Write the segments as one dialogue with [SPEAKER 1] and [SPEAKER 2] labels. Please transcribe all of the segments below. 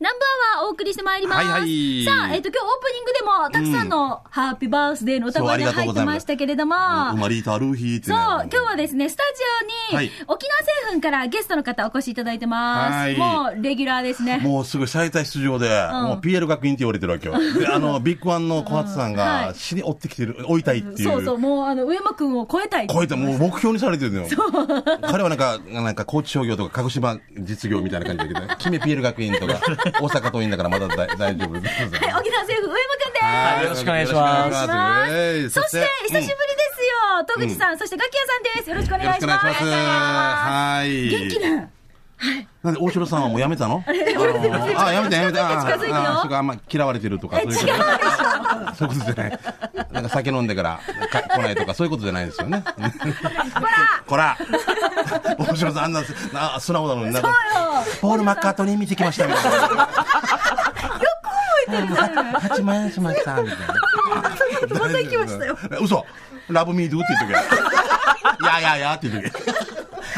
[SPEAKER 1] ナンバーはお送りしてまいります。
[SPEAKER 2] はいはい
[SPEAKER 1] さあ、えっ、と、今日オープニングでも、たくさんの、ハッピーバースデーの歌声が入ってましたけれども、
[SPEAKER 2] 生まれたる日って
[SPEAKER 1] そう、今日はですね、スタジオ
[SPEAKER 2] はい
[SPEAKER 1] に、沖縄製粉からゲストの方お越しいただいてま
[SPEAKER 2] は
[SPEAKER 1] す。
[SPEAKER 2] い
[SPEAKER 1] もう、レギュラーですね。
[SPEAKER 2] もうすぐ最多出場で、もう PL 学院って言われてるわけよ。で、あの、ビッグワンの小松さん
[SPEAKER 1] うんは
[SPEAKER 2] が
[SPEAKER 1] い
[SPEAKER 2] 死に追ってきてる、追いたいっていう。
[SPEAKER 1] そうそう、もう、あの、上間くんを超えたい。
[SPEAKER 2] 超えて、もう目標にされてるのよ。彼はなんか、なんか、高知商業とか、鹿児島実業みたいな感じだけ ど、姫 PL 学院とか、大阪桐蔭だからまだ大大丈夫です。
[SPEAKER 1] はい、沖縄製粉、上間くんです。
[SPEAKER 2] はい
[SPEAKER 3] よろしくお願いします
[SPEAKER 1] お願いします
[SPEAKER 2] えい
[SPEAKER 1] そして、久しぶりですよ
[SPEAKER 2] うん、
[SPEAKER 1] 戸口さん、そしてガキヤさんです。よろしくお
[SPEAKER 2] よ
[SPEAKER 1] 願
[SPEAKER 2] ろ
[SPEAKER 1] い
[SPEAKER 2] しく
[SPEAKER 1] し
[SPEAKER 2] お願
[SPEAKER 1] ま
[SPEAKER 2] い
[SPEAKER 1] す。
[SPEAKER 2] します。はい。
[SPEAKER 1] 元気な。
[SPEAKER 2] なんで、大城さんはもうやめたのあのあ、やめてやめて。あ
[SPEAKER 1] 近づいてよ
[SPEAKER 2] ああそこあんま嫌われてるとか、そういう
[SPEAKER 1] 違
[SPEAKER 2] こと
[SPEAKER 1] うでしょ
[SPEAKER 2] そういうことじゃない。なんか酒飲んでからか 来ないとか、そういうことじゃないですよね。 こら大城さん、あんなな素直なのになんか、ポール・マッカートニー見てきましたみたいな。よく覚えてる。8万円しました、みたいな。
[SPEAKER 1] また来ましたよ。
[SPEAKER 2] 嘘ラブミードゥって言っとけ。やあやあやあって言っとけ。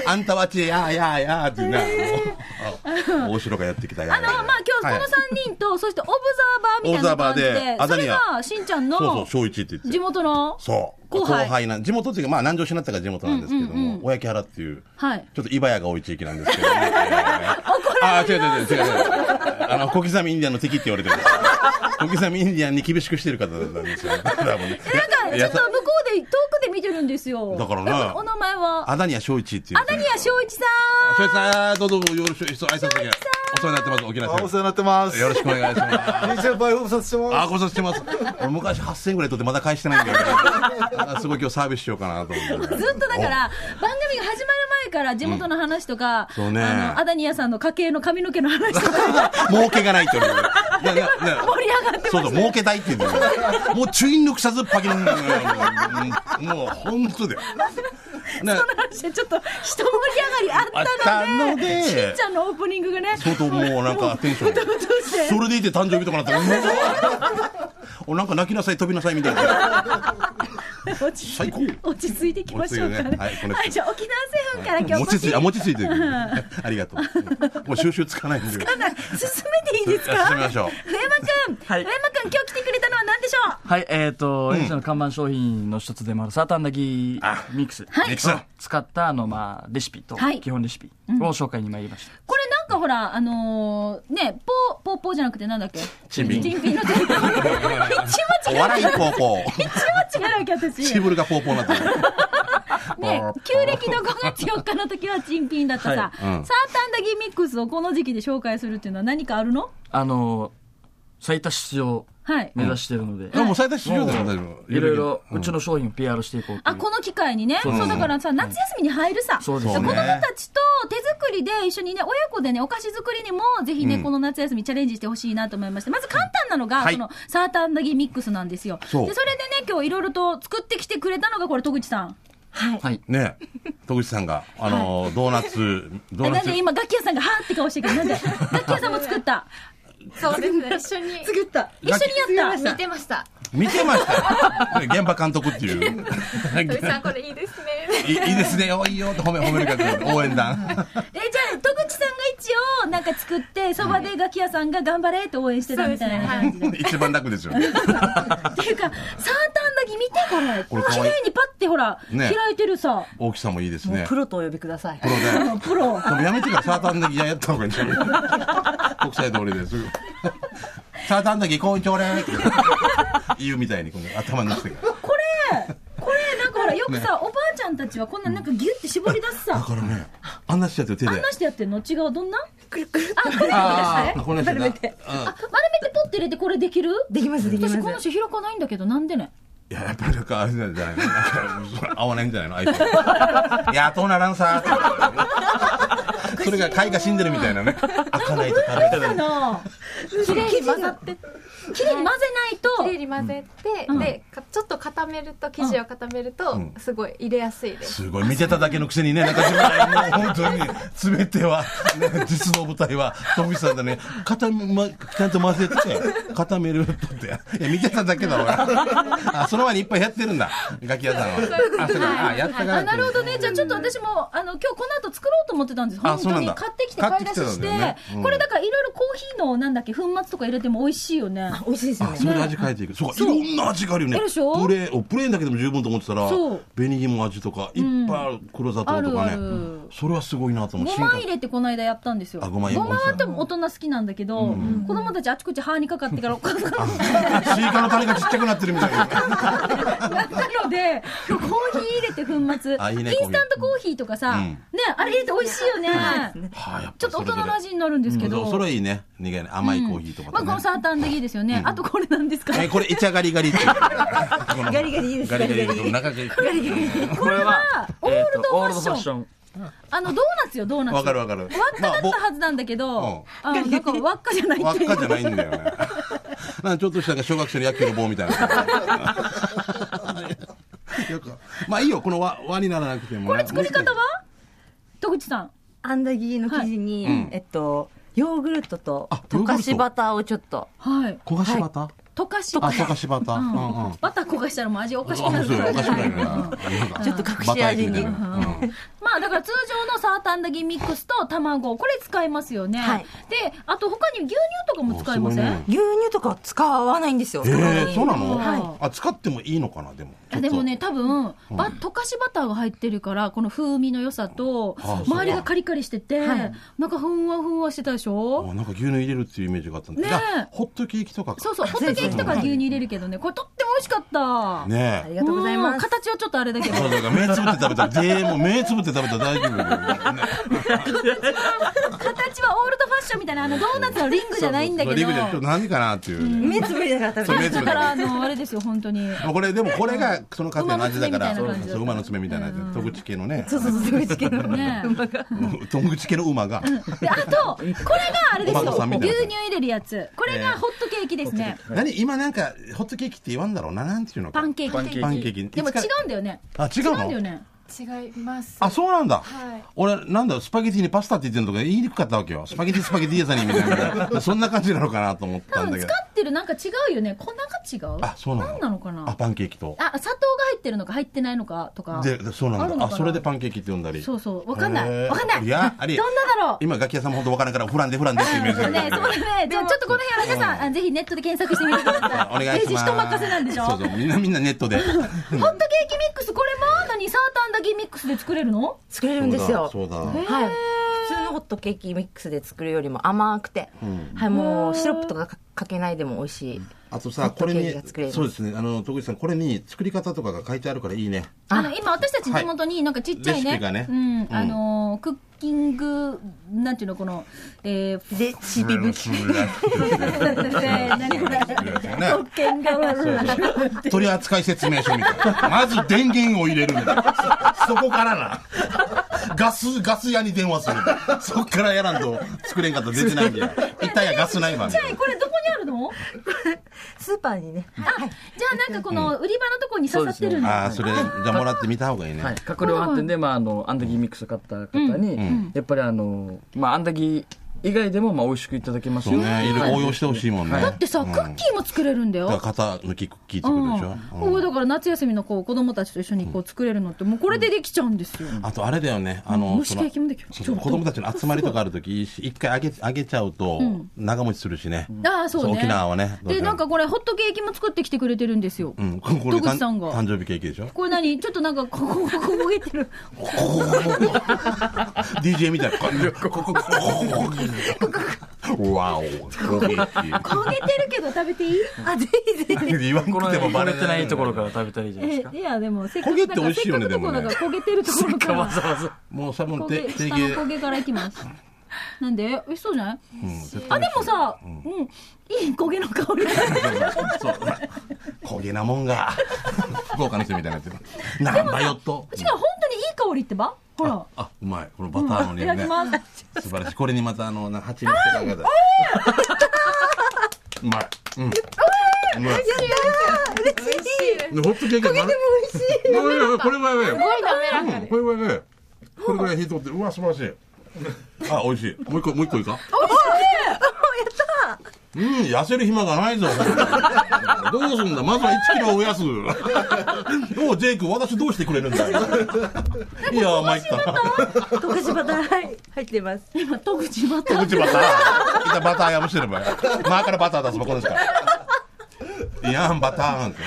[SPEAKER 2] あんたはちやあやあやあって言うな。もうあ大城がやってきたや
[SPEAKER 1] あの、まあ、今日この三人と、そしてオブザーバーみたいな感じ
[SPEAKER 2] オブザー
[SPEAKER 1] で、
[SPEAKER 2] バーで
[SPEAKER 1] それが、しんちゃん
[SPEAKER 2] そうそう、
[SPEAKER 1] の
[SPEAKER 2] 小一って言って
[SPEAKER 1] 地。元の、
[SPEAKER 2] そう。
[SPEAKER 1] 後輩
[SPEAKER 2] なん、地元っていうか、まあ、南城市になったから地元なんですけども、親木原っていう、
[SPEAKER 1] はい
[SPEAKER 2] ちょっとイバヤが多い地域なんですけども。えーあー、違う違う違う違う違う。あの、小刻みインディアンの敵って言われてるんですよ。小刻みインディアンに厳しくしてる方なんですよ。多分ね
[SPEAKER 1] なんか、
[SPEAKER 2] い
[SPEAKER 1] ちょ
[SPEAKER 2] や
[SPEAKER 1] っと向こうで、遠くで見てるんですよ。
[SPEAKER 2] だからな
[SPEAKER 1] お名前は、
[SPEAKER 2] アダニア小一っていう。
[SPEAKER 1] アダニア翔一さ
[SPEAKER 2] 翔一さん、どうぞよろしく、挨拶だけ。お世話になってます、沖縄
[SPEAKER 4] あお世
[SPEAKER 2] さ
[SPEAKER 4] 話になってます。
[SPEAKER 2] ん。よろしくお願いします。
[SPEAKER 4] く。先輩、ご無沙汰してます。
[SPEAKER 2] あ、ご無沙汰してます。俺昔8000円ぐらい取ってまだ返してないんだよね。あすごい今日サービスしようかなと思って。
[SPEAKER 1] んずっとだから、番組が始まる前から地元の話とか、
[SPEAKER 2] そうね
[SPEAKER 1] あの、アダニアさんの家系の髪の毛の話と か、
[SPEAKER 2] お。儲けがないって俺。いやいやいや
[SPEAKER 1] 盛り上がって
[SPEAKER 2] そ
[SPEAKER 1] ま
[SPEAKER 2] うそう、
[SPEAKER 1] す
[SPEAKER 2] 儲
[SPEAKER 1] ね。
[SPEAKER 2] けたいって言うんだよ。もうチュイン抜くさずっぱきなんだよ。うんもう本当だよ。ね
[SPEAKER 1] その話、ちょっと、一盛り上がりあ
[SPEAKER 2] あ
[SPEAKER 1] っ
[SPEAKER 2] ったた
[SPEAKER 1] ので、
[SPEAKER 2] ので、
[SPEAKER 1] しんちゃんのオープニングがね、
[SPEAKER 2] 相当もうなんかテンション
[SPEAKER 1] うとうとして
[SPEAKER 2] それでいて誕生日とかなったら、うわおなんか泣きなさい、飛びなさいみたいな。
[SPEAKER 1] 落ち
[SPEAKER 2] 最高。
[SPEAKER 1] 落ち着いていきましょうかね。
[SPEAKER 2] 落ち着いてねはいこの人
[SPEAKER 1] はい、じゃあ沖縄製粉から今日
[SPEAKER 2] 餅つい
[SPEAKER 1] 進
[SPEAKER 2] あ餅ついてるありがとうもう収集つかないんで
[SPEAKER 1] めていいですか
[SPEAKER 2] 進めましょう
[SPEAKER 1] 上間くん、上間くん
[SPEAKER 3] はい
[SPEAKER 1] 今日来てくれたのは何でしょう
[SPEAKER 3] はい、えっ、と、エルシの看板商品の一つでもあるサーターアンダギーミックス。
[SPEAKER 2] いミックス
[SPEAKER 3] を使った、あの、まあ、レシピと
[SPEAKER 1] はい、
[SPEAKER 3] 基本レシピを紹介に参りました。
[SPEAKER 1] これなんかほら、あのー、ね、ポー、ポーポーじゃなくてなんだっけ
[SPEAKER 2] チンピン
[SPEAKER 1] チンピンの チンピン。一番
[SPEAKER 2] お
[SPEAKER 1] 違う。
[SPEAKER 2] 笑い高校
[SPEAKER 1] 一番違うわけ私。
[SPEAKER 2] シー
[SPEAKER 1] ね、
[SPEAKER 2] ブルがポーポーになってる
[SPEAKER 1] 旧暦の5月4日の時はチンピンだったさ、
[SPEAKER 2] はいうん
[SPEAKER 1] サーターアンダギーミックスをこの時期で紹介するっていうのは何かあるの
[SPEAKER 3] あの、最多出場を
[SPEAKER 1] はい。
[SPEAKER 3] 目指してるので、
[SPEAKER 2] でももう最大市場だよ大丈夫
[SPEAKER 3] いろいろ、うちの商品を PR していこうとい
[SPEAKER 1] あ
[SPEAKER 3] う。
[SPEAKER 1] この機会にね、そうだからさ、夏休みに入るさ、
[SPEAKER 3] そうですね
[SPEAKER 1] 子供たちと手作りで一緒にね、親子でね、お菓子作りにも、ぜひね、この夏休み、チャレンジしてほしいなと思いまして、まず簡単なのが、
[SPEAKER 2] はい
[SPEAKER 1] そのサーターアンダギーミックスなんですよ。でそ
[SPEAKER 2] そ
[SPEAKER 1] れ
[SPEAKER 2] う
[SPEAKER 1] でね、今日いろいろと作ってきてくれたのが、これ、戸口さん。はい。
[SPEAKER 3] はい。
[SPEAKER 2] ね戸口さんがあのドーナツド
[SPEAKER 1] えな
[SPEAKER 2] ーナ
[SPEAKER 1] ん
[SPEAKER 2] ツ
[SPEAKER 1] で今、楽器屋さんがはーって顔してるけど、なんで、楽器屋さんも作った、
[SPEAKER 5] そうです。一緒に
[SPEAKER 6] 作った。
[SPEAKER 1] 一緒にやった、
[SPEAKER 5] 見てました。
[SPEAKER 2] 見てましたよ現場監督っていう
[SPEAKER 5] 鳥さんこれいいですね。
[SPEAKER 2] いいいですねおいいよって褒め褒めるから応援団
[SPEAKER 1] えじゃあ、戸口さんが一応、なんか作って、そばで楽器屋さんが頑張れって応援してたみたいな感じで。
[SPEAKER 2] 一番楽ですよね
[SPEAKER 1] っていうか、サーターアンダギー見てこれ。
[SPEAKER 2] これ可
[SPEAKER 1] 綺
[SPEAKER 2] 愛い
[SPEAKER 1] 麗にパッてほら、
[SPEAKER 2] ね
[SPEAKER 1] 開いてるさ。
[SPEAKER 2] 大きさもいいですね
[SPEAKER 6] プロとお呼びください
[SPEAKER 2] プ。ロ で
[SPEAKER 1] あのプ ロ。
[SPEAKER 2] でもやめてからサーターアンダギーやった方がいいんじゃない国際通りです。サーターアンダギー、こんにちはね って言うみたいに、この頭にしてから。
[SPEAKER 1] これ、これなんかほら、よくさ、おばあちゃんたちはこんななんかギュって絞り出す
[SPEAKER 2] だ
[SPEAKER 1] さ。
[SPEAKER 2] からね、あんなしちゃって手で。
[SPEAKER 1] あんなしてやってんの違う。どんなあ、これで
[SPEAKER 2] あ
[SPEAKER 1] 出
[SPEAKER 2] ー
[SPEAKER 1] して。
[SPEAKER 2] こんなしちゃっ
[SPEAKER 6] 丸めて
[SPEAKER 2] う
[SPEAKER 1] あ、
[SPEAKER 2] ん
[SPEAKER 1] 丸めてポッて入れてこれできる
[SPEAKER 6] できます、できま
[SPEAKER 1] 私
[SPEAKER 6] す。
[SPEAKER 1] この人開かないんだけど、なんでね。
[SPEAKER 2] いや、やっぱりなんか、あれなんじゃないのなんか合わないんじゃないの相手。いや、どうならん さーって。それが貝が死んでるみたいなね。開かないと食べた
[SPEAKER 1] あ
[SPEAKER 2] ら。
[SPEAKER 1] の、
[SPEAKER 5] 綺麗に混ざって、
[SPEAKER 1] 綺麗に混ぜないと、
[SPEAKER 5] 綺麗に混ぜて、
[SPEAKER 1] ん
[SPEAKER 5] で、かちょっと固めると、生地を固めると
[SPEAKER 2] ん、
[SPEAKER 5] すごい入れやすいです。
[SPEAKER 2] すごい見てただけのくせにね、中島さん、もう本当に、すべては、ね、実の舞台は、戸口さんだね、固め、ま、ちゃんと混ぜて、固めるとって。いや、見てただけだ、俺。あ、その前にいっぱいやってるんだ、ガキ屋さんは。あ、そうか、あ、やったか
[SPEAKER 1] あなるほどね。じゃあちょっと私も、あの、今日この後作ろうと思ってたんです。本当
[SPEAKER 2] あそう
[SPEAKER 1] のに
[SPEAKER 2] あそうなんだ
[SPEAKER 1] 買ってきて買い出し
[SPEAKER 2] 買ってき
[SPEAKER 1] してて
[SPEAKER 2] たんだよねうん
[SPEAKER 1] これだからいろいろコーヒーのなんだっけ粉末とか入れても美味しいよね
[SPEAKER 4] あ美味しいですよ
[SPEAKER 2] あ
[SPEAKER 4] ね
[SPEAKER 2] それで味変えていく、そうかい
[SPEAKER 1] そう
[SPEAKER 2] ろんな味があるよね
[SPEAKER 1] あるでしょ
[SPEAKER 2] プレーンおプレーンだけでも十分と思ってたら
[SPEAKER 1] そう
[SPEAKER 2] 紅芋味とかいっぱいある黒砂糖とかね、
[SPEAKER 1] あるある
[SPEAKER 2] うんそれはすごいなと思う
[SPEAKER 1] ごま入れってこの間やったんですよ
[SPEAKER 2] あ
[SPEAKER 1] ご
[SPEAKER 2] ご
[SPEAKER 1] ま
[SPEAKER 2] ま
[SPEAKER 1] は
[SPEAKER 2] よ
[SPEAKER 1] でも大人好きなんだけど、子供たちあちこち歯にかかってからお母さんが
[SPEAKER 2] スイカの種がちっちゃくなってるみたい
[SPEAKER 1] な
[SPEAKER 2] な
[SPEAKER 1] ったの で、コーヒー入れて粉末。
[SPEAKER 2] あいいね
[SPEAKER 1] インスタントコーヒーとかさ、
[SPEAKER 2] うん
[SPEAKER 1] ね、あれ入れて美味しいよね。
[SPEAKER 2] はあやぱ
[SPEAKER 1] ちょっと大人の
[SPEAKER 2] そ
[SPEAKER 1] 味になるんですけ
[SPEAKER 2] れぞれ
[SPEAKER 1] ど。
[SPEAKER 2] そうそれはいいね苦いね甘いコーヒーと
[SPEAKER 1] まあ
[SPEAKER 2] か
[SPEAKER 1] こ
[SPEAKER 2] ね
[SPEAKER 1] のサーターアンダギーですよね。あとこれなんですか。
[SPEAKER 2] えこれイチャガリガリっていう
[SPEAKER 4] ガリガリいいです
[SPEAKER 2] ガリガリガリ
[SPEAKER 4] ガ
[SPEAKER 2] 中が
[SPEAKER 4] リガリ
[SPEAKER 3] これは、
[SPEAKER 1] オールド
[SPEAKER 3] えーと
[SPEAKER 1] ファッション
[SPEAKER 3] ン。
[SPEAKER 1] あのドーナツよドーナツ。
[SPEAKER 2] わかるわかる
[SPEAKER 1] 輪っかだったはずなんだけど、あなんか輪っかじゃない
[SPEAKER 2] 輪
[SPEAKER 1] っ
[SPEAKER 2] って
[SPEAKER 1] いう。
[SPEAKER 2] かじゃないんだよねなんかちょっとしたなんか小学生の野球の棒みたいなよくまあいいよこの輪輪にならなくても、ね、
[SPEAKER 1] これ作り方は戸口さん。
[SPEAKER 4] アンダギーの生地に、
[SPEAKER 2] ん
[SPEAKER 4] えっとヨーグルトと
[SPEAKER 2] あ
[SPEAKER 4] 溶かし
[SPEAKER 2] ヨーグ
[SPEAKER 4] バ
[SPEAKER 2] ル
[SPEAKER 4] ターをちょっと
[SPEAKER 1] はい。
[SPEAKER 2] 焦がしバター、
[SPEAKER 1] 溶かし。
[SPEAKER 2] あ溶かしバター、うんうん
[SPEAKER 1] バター焦がしたらもう味おかしくな
[SPEAKER 2] あ
[SPEAKER 1] る
[SPEAKER 2] そう
[SPEAKER 1] から
[SPEAKER 2] よおかしくないな
[SPEAKER 4] ちょっと隠し味に、
[SPEAKER 1] まあだから通常のサーターアンダギーミックスと卵、これ使いますよね。
[SPEAKER 4] はい
[SPEAKER 1] で、あと他に牛乳とかも使いません、
[SPEAKER 4] 牛乳とか使わないんですよ、
[SPEAKER 2] えー、そうなの、
[SPEAKER 1] はい
[SPEAKER 2] あ使ってもいいのかなでも
[SPEAKER 1] あでもね、多分、ば溶かしバターが入ってるから、この風味の良さと、
[SPEAKER 2] あそう
[SPEAKER 1] 周りがカリカリしてて、
[SPEAKER 4] はい
[SPEAKER 1] なんかふんわふんわしてたでし
[SPEAKER 2] あ
[SPEAKER 1] ょ
[SPEAKER 2] なんか牛乳入れるっていうイメージがあったんで、
[SPEAKER 1] ねえ
[SPEAKER 2] じゃあホットケーキとかか
[SPEAKER 1] そうそう、ホットケーキとか牛乳入れるけどね、これとっても美味しかった。
[SPEAKER 2] ね
[SPEAKER 4] あ
[SPEAKER 2] え
[SPEAKER 4] りがとうございま
[SPEAKER 1] ん
[SPEAKER 4] す
[SPEAKER 1] 形はちょっとあれだけど。
[SPEAKER 2] そうだから目つぶって食べたら でも目つぶって食べたら大丈夫だよね
[SPEAKER 1] 形はオールドファッションみたいな、あの、ドーナツのリングじゃないんだけ
[SPEAKER 2] そう
[SPEAKER 1] ど。
[SPEAKER 2] リグでちょっと何かなっていうね、
[SPEAKER 4] 目つぶりながら
[SPEAKER 2] そ
[SPEAKER 4] 食べて
[SPEAKER 2] う目つぶ
[SPEAKER 1] だ
[SPEAKER 2] り
[SPEAKER 1] か
[SPEAKER 2] な
[SPEAKER 1] ら、
[SPEAKER 2] が
[SPEAKER 1] あの、あれですよ、本当に。
[SPEAKER 2] らこれでもこれがその家庭の味だから
[SPEAKER 1] 馬の爪みたいな感じだ
[SPEAKER 2] そう馬の爪みたいなやつ戸口家のね
[SPEAKER 4] そうそ うそう、すごい好きなの
[SPEAKER 1] ね
[SPEAKER 4] 馬が。
[SPEAKER 2] 戸口家の馬が、
[SPEAKER 1] であと、これがあれですよ、
[SPEAKER 2] お
[SPEAKER 1] 牛
[SPEAKER 2] 孫さんみたいな
[SPEAKER 1] 乳入れるやつ、これがホットケーキですね、
[SPEAKER 2] 何今なんかホットケーキって言わんだろうななんていうのか
[SPEAKER 1] パンケ
[SPEAKER 2] パ
[SPEAKER 1] ー
[SPEAKER 2] ン
[SPEAKER 1] キ。
[SPEAKER 2] ケーキ
[SPEAKER 1] でも違うんだよね。
[SPEAKER 2] あ違
[SPEAKER 1] 違う
[SPEAKER 2] うん
[SPEAKER 1] だ
[SPEAKER 2] の
[SPEAKER 1] よね。
[SPEAKER 5] 違います
[SPEAKER 2] あそうなんだ、
[SPEAKER 5] はい
[SPEAKER 2] 俺なんだスパゲティにパスタって言ってるのとか言いにくかったわけよスパゲティスパゲティ屋さんにみたいなそんな感じなのかなと思っ
[SPEAKER 1] 多
[SPEAKER 2] たんだ
[SPEAKER 1] 分
[SPEAKER 2] け
[SPEAKER 1] 使
[SPEAKER 2] ど
[SPEAKER 1] ってるなんか違うよね。粉が違う
[SPEAKER 2] あそうなの
[SPEAKER 1] んなのかな
[SPEAKER 2] あパンケーキと
[SPEAKER 1] あ、砂糖が入ってるのか入ってないのかとか。
[SPEAKER 2] ででそうな
[SPEAKER 1] ある
[SPEAKER 2] ん
[SPEAKER 1] のか
[SPEAKER 2] だあ
[SPEAKER 1] な
[SPEAKER 2] それでパンケーキって呼んだり
[SPEAKER 1] そうそう、わかんな
[SPEAKER 2] へ
[SPEAKER 1] い。
[SPEAKER 2] ー
[SPEAKER 1] わかんない。
[SPEAKER 2] いやありえ
[SPEAKER 1] どんなだろう。
[SPEAKER 2] 今楽器屋さんもほんとわからんからフランでフランでっていうイメージ
[SPEAKER 1] そ
[SPEAKER 2] だ
[SPEAKER 1] う
[SPEAKER 2] けど
[SPEAKER 1] ね、そうね。じゃあちょっとこの辺は皆さん、あぜひネットで検索してみてくださ
[SPEAKER 2] あ お
[SPEAKER 1] い。
[SPEAKER 2] 願いします
[SPEAKER 1] レジ人任せなんでしょ
[SPEAKER 2] そうそうみんなみんなネットで
[SPEAKER 1] ホットケーキミックス、これも何サーターアンダギーミックスで作れるの
[SPEAKER 4] 作れるんですよ。
[SPEAKER 2] そうだ
[SPEAKER 4] はい。普通のホットケーキミックスで作るよりも甘くて、はい、もうシロップとかかかけないでも美味しい。
[SPEAKER 2] あと
[SPEAKER 4] ホ
[SPEAKER 2] さ
[SPEAKER 4] ット
[SPEAKER 2] これ
[SPEAKER 4] ケーキ
[SPEAKER 2] に
[SPEAKER 4] が作れる
[SPEAKER 2] そうですねあの徳口さんこれに作り方とかが書いてあるからいいね
[SPEAKER 1] あの今私たち手元になんかちっちゃいね、
[SPEAKER 2] レシピがね
[SPEAKER 1] うん
[SPEAKER 2] うん
[SPEAKER 1] あのークッキングなんていうのこの、えー、
[SPEAKER 4] で、シビブキ。
[SPEAKER 1] 何これ
[SPEAKER 2] ね
[SPEAKER 1] 特権が
[SPEAKER 2] 取扱説明書みたいな。まず電源を入れるみたいな。そこからな。ガス、ガス屋に電話するみたいな。そっからやらんと作れんかったら出てないんだよ。一旦やガスないわみ
[SPEAKER 1] じゃ
[SPEAKER 2] たい
[SPEAKER 1] あ
[SPEAKER 2] な。
[SPEAKER 1] これどこにあるの
[SPEAKER 4] スーパーにね。
[SPEAKER 1] あじゃあなんかこの売り場のとこに刺さってるの、
[SPEAKER 2] ああ、それ、じゃあもらってみた方がいいね。
[SPEAKER 3] はい、各量販店で、まあ、あの、アンダギーミックスを買った方に、やっぱりあの、まあ、アンダギー以外でも、まあ、美味しくいただけます
[SPEAKER 2] そう
[SPEAKER 3] よ
[SPEAKER 2] ね、いろいろ応用してほしいもんね。
[SPEAKER 1] だってさ、
[SPEAKER 2] うん
[SPEAKER 1] クッキーも作れるんだよ
[SPEAKER 2] だから型抜きクッキーって
[SPEAKER 1] うん、
[SPEAKER 2] ことでしょ。
[SPEAKER 1] こ
[SPEAKER 2] う
[SPEAKER 1] れ
[SPEAKER 2] ん
[SPEAKER 1] だから夏休みのこう子供たちと一緒にこう作れるのってもうこれでできちゃうんですよ、
[SPEAKER 2] あとあれだよね、あの、
[SPEAKER 1] 蒸しケーキもできる
[SPEAKER 2] そのそう子供たちの集まりとかあるとき、一回あげ、あげちゃうと、長持ちするしね。
[SPEAKER 1] ああそうね
[SPEAKER 2] そう沖縄はね
[SPEAKER 1] でなんかこれホットケーキも作ってきてくれてるんですよ、
[SPEAKER 2] うん、これ、こ
[SPEAKER 1] 戸
[SPEAKER 2] れ
[SPEAKER 1] 口さんが
[SPEAKER 2] 誕生日ケーキでしょ。
[SPEAKER 1] これ何ちょっとなんかここここ焦げてる
[SPEAKER 2] DJ みたいな感じ。わお。
[SPEAKER 1] 焦げてるけど食べていい
[SPEAKER 4] あ、ぜひぜひ。
[SPEAKER 2] 言わん
[SPEAKER 3] この
[SPEAKER 2] くてもバレ
[SPEAKER 3] てないところから食べたらいいじゃないですか。
[SPEAKER 1] えいやでもせっかく
[SPEAKER 2] 焦げって美味しいよね
[SPEAKER 1] せっかくのところが
[SPEAKER 2] で
[SPEAKER 1] 焦げてるところか
[SPEAKER 3] わ
[SPEAKER 1] ら
[SPEAKER 3] ざわざ。
[SPEAKER 2] もう多分
[SPEAKER 1] 焦
[SPEAKER 2] 手
[SPEAKER 1] げ
[SPEAKER 2] 手
[SPEAKER 1] 下
[SPEAKER 2] 芸
[SPEAKER 1] の焦げからいきますなんで美味しそうじゃない、
[SPEAKER 2] うん絶
[SPEAKER 1] あ
[SPEAKER 2] 対
[SPEAKER 1] でもさ、うんいい焦げの香 りが
[SPEAKER 2] そうほら焦げなもんが 福岡の人みたいになってるなんだよと
[SPEAKER 1] 違う本当にいい香りってばほら
[SPEAKER 2] あうまいこのバターの
[SPEAKER 1] い
[SPEAKER 2] ね
[SPEAKER 1] ただきます
[SPEAKER 2] 素晴らしいこれにまたあのな蜂蜜とかがうまいうんうまいでホットケーキがなるいやいやいやこれはやべえよ
[SPEAKER 5] すごい滑らか
[SPEAKER 2] うんこれぐらいねこれぐらい火通ってるうわ素晴らしいあ美味しいもう一個もう一個いいかうん、痩せる暇がないぞ。どうすんだまずは1キロ増やす。おう、ジェイク、私どうしてくれるんだいいや、参った。
[SPEAKER 4] 溶かしバターはい入ってます
[SPEAKER 1] 今、戸口また。
[SPEAKER 2] うちバター。いたバターやむしてれば。前からバター出すばこですから。いやん、バターなんて。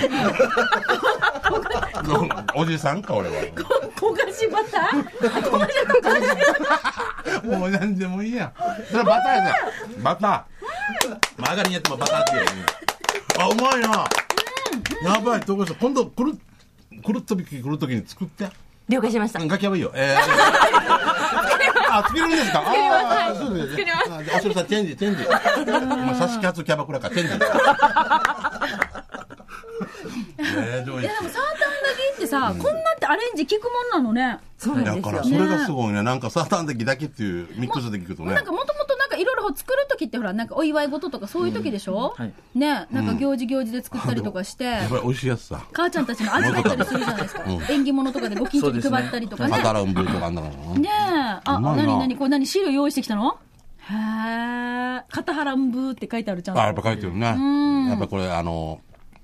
[SPEAKER 2] おじさんか、俺は。
[SPEAKER 1] 焦がしバター
[SPEAKER 2] もう何でもいいやん。それバターやな。バター。マーガリンやってもバターって言うよねあ、うまいな。やばい、どうした。今度来る、来るとき来るときに作って。
[SPEAKER 4] 了解しました
[SPEAKER 2] ガキやばいよ。えーあ、作れるんですか。あー、そうですね。あじゃあおしろさん、チェンジ、チェンジ。お前、サシキャツキャバクラか、チェンジ。ね
[SPEAKER 1] いや、でも、サーターアン
[SPEAKER 2] え、上手
[SPEAKER 1] ダギーってさ、こんなってアレンジ効くもんなのね。
[SPEAKER 4] そうなん
[SPEAKER 2] だ
[SPEAKER 4] です
[SPEAKER 2] か
[SPEAKER 4] よ
[SPEAKER 2] ら、それがすごいね。なんか、サーターアンダギーだけっていうミックスで聞くとね
[SPEAKER 1] なん。かもともとなんかいろいろ作る時ってほらなんかお祝い事とかそういう時でしょ、
[SPEAKER 3] うんはい
[SPEAKER 1] ねなんか行事行事で作ったりとかして、
[SPEAKER 2] やっぱり美味しいやつさ。
[SPEAKER 1] 母ちゃんたちの預かったりするじゃないですか、縁起物とかでご近所に配ったりとかね
[SPEAKER 2] パタランブーとかあんだからな。
[SPEAKER 1] ねえあ
[SPEAKER 2] うまいな
[SPEAKER 1] なになにこれ何資料用意してきたのへえ片原んぶって書いてあるちゃんと
[SPEAKER 2] あ、やっぱ書いてるね。やっぱこれ、あの、